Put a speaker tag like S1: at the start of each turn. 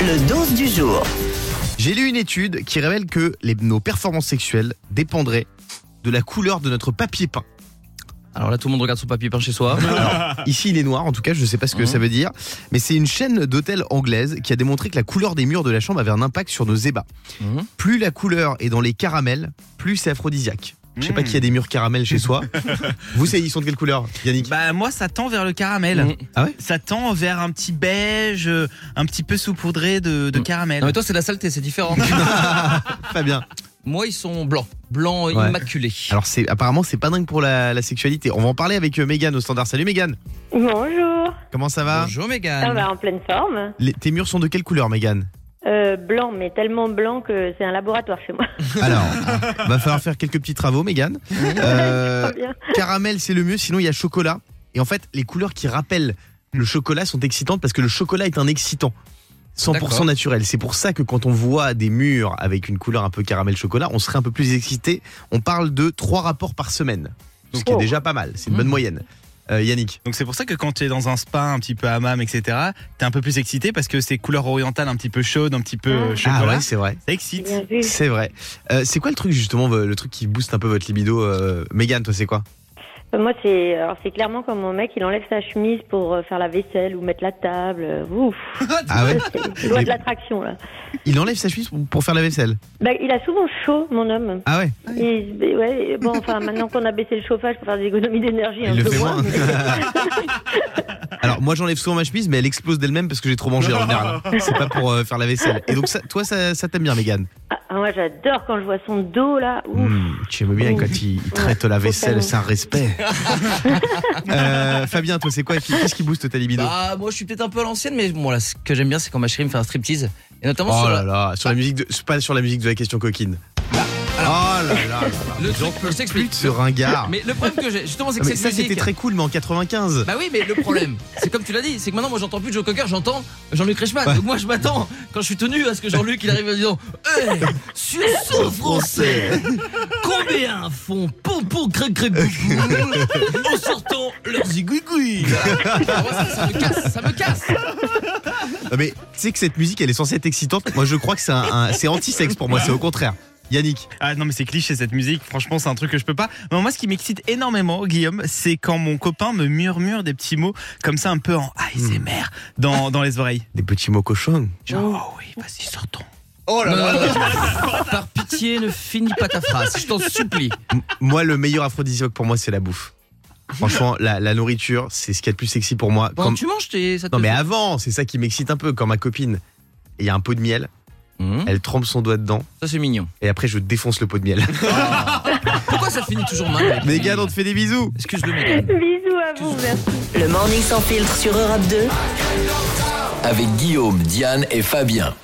S1: Le dose du jour.
S2: J'ai lu une étude qui révèle que les- nos performances sexuelles dépendraient de la couleur de notre papier peint.
S3: Alors là, tout le monde regarde son papier peint chez soi.
S2: Ici, il est noir, en tout cas, je ne sais pas ce que
S3: Mhm.
S2: ça veut dire. Mais c'est une chaîne d'hôtels anglaise qui a démontré que la couleur des murs de la chambre avait un impact sur nos ébats.
S3: Mhm.
S2: Plus la couleur est dans les caramels, plus c'est aphrodisiaque. Je sais pas
S4: Mhm.
S2: qui a des murs caramels chez soi. Vous savez, ils sont de quelle couleur, Yannick
S4: Bah moi ça tend vers le caramel.
S3: Mm.
S2: Ah ouais
S4: Ça tend vers un petit beige, euh, un petit peu saupoudré de, de
S3: Mm.
S4: caramel.
S3: Non mais toi c'est de la saleté, c'est différent.
S2: Fabien.
S3: Moi ils sont blancs, blancs
S2: Ouais.
S3: immaculés.
S2: Alors, c'est, apparemment, c'est pas dingue pour la, la sexualité. On va en parler avec euh, Mégane au standard. Salut Mégane,
S5: Bonjour.
S2: comment ça va
S3: Bonjour Mégane.
S5: Ça va en pleine forme.
S2: Les- Tes murs sont de quelle couleur, Mégane
S5: Euh, blanc, mais tellement blanc que c'est un laboratoire chez moi.
S2: Alors, va falloir faire quelques petits travaux, Mégane. Euh,
S5: Très bien.
S2: caramel, c'est le mieux, sinon il y a chocolat. Et en fait, les couleurs qui rappellent le chocolat sont excitantes parce que le chocolat est un excitant. 100%
S3: D'accord.
S2: naturel. C'est pour ça que quand on voit des murs avec une couleur un peu caramel chocolat, on serait un peu plus excité. On parle de trois rapports par semaine, ce qui est
S5: Oh.
S2: déjà pas mal. C'est une bonne
S3: Mmh.
S2: moyenne. Euh, Yannick,
S4: Donc c'est pour ça que quand tu es dans un spa un petit peu hammam etc t'es un peu plus excité parce que c'est couleur orientale un petit peu chaude, un petit peu euh,
S5: Ah.
S4: chocolat.
S2: ouais, c'est vrai.
S4: Ça excite.
S5: Bien vu.
S2: C'est vrai. Euh, c'est quoi le truc justement, euh, le truc qui booste un peu votre libido, euh, Mégane, toi c'est quoi
S5: Euh, Moi, c'est alors c'est clairement quand mon mec, il enlève sa chemise pour euh, faire la vaisselle ou mettre la table. Euh, Ouf,
S2: Ah ouais
S5: c'est loin de l'attraction là.
S2: Il enlève sa chemise pour- pour faire la vaisselle.
S5: Bah, il a souvent chaud, mon homme.
S2: Ah ouais
S5: Il- mais ouais, bon, enfin, maintenant qu'on a baissé le chauffage pour faire des économies d'énergie,
S2: Il
S5: un
S2: le
S5: peu
S2: fait
S5: moins.
S2: moins. Alors moi j'enlève souvent ma chemise mais elle explose d'elle-même parce que j'ai trop mangé en général. C'est pas pour euh, faire la vaisselle. Et donc ça, toi ça, ça t'aime bien Mégane
S5: Ah, ah, moi, j'adore quand je vois son dos là. Ouf.
S2: Mmh, Tu aimes bien
S5: Ouh.
S2: quand il, il traite la vaisselle, c'est un respect. Euh, Fabien, toi c'est quoi qui- Qu'est-ce qui booste ta libido
S3: Bah, moi je suis peut-être un peu à l'ancienne mais bon là ce que j'aime bien c'est quand ma chérie me fait un striptease et notamment
S2: Oh
S3: sur
S2: là
S3: la-
S2: là, sur la musique de, c'est pas sur la musique de la question coquine.
S3: Bah,
S2: Oh là là, là là.
S3: le
S2: J'en
S3: truc je
S2: peux plus
S3: t'explique.
S2: de ce ringard.
S3: Mais le problème que j'ai justement c'est que
S2: Ah, Mais
S3: cette
S2: ça c'était
S3: musique
S2: très cool mais en 95.
S3: Bah oui, mais le problème, c'est comme tu l'as dit, c'est que maintenant, moi, j'entends plus Joe Cocker, j'entends Jean-Luc Reichmann.
S2: Ouais.
S3: Donc moi, je m'attends quand je suis tenu à ce que Jean-Luc il arrive en disant Hey, sur son français, combien font pompon crac crac gouffou en sortant leurs zigouigouis Ah ouais, ça, ça me casse, ça me casse. Bah.
S2: Non, Mais tu sais que cette musique elle est censée être excitante. Moi je crois que c'est un, un- c'est anti-sexe pour moi, c'est au contraire. Yannick,
S4: Ah non mais c'est cliché cette musique, franchement c'est un truc que je peux pas. Mais moi ce qui m'excite énormément Guillaume, c'est quand mon copain me murmure des petits mots comme ça un peu en ASMR dans, dans les oreilles.
S2: des petits mots cochons.
S4: Genre oh oui vas-y sortons.
S3: Oh là Par pitié, ne finis pas ta phrase, je t'en supplie.
S2: M- Moi, le meilleur aphrodisiaque pour moi, c'est la bouffe. Franchement, la, la nourriture, c'est ce qu'il y a de plus sexy pour moi.
S3: Pendant
S2: Quand-
S3: que tu manges, t'es- ça te
S2: Non, mais
S3: fait-
S2: avant, c'est ça qui m'excite un peu. Quand ma copine, il y a un pot de miel,
S3: Hum,
S2: elle trempe son doigt dedans,
S3: Ça, c'est mignon.
S2: et après, je défonce le pot de miel.
S3: Pourquoi ça finit toujours mal
S2: Mégane, on te fait des bisous.
S3: Excuse-le, Mégane.
S5: Bisous à vous, merci.
S1: Le morning sans filtre sur Europe 2.
S6: avec Guillaume, Diane et Fabien.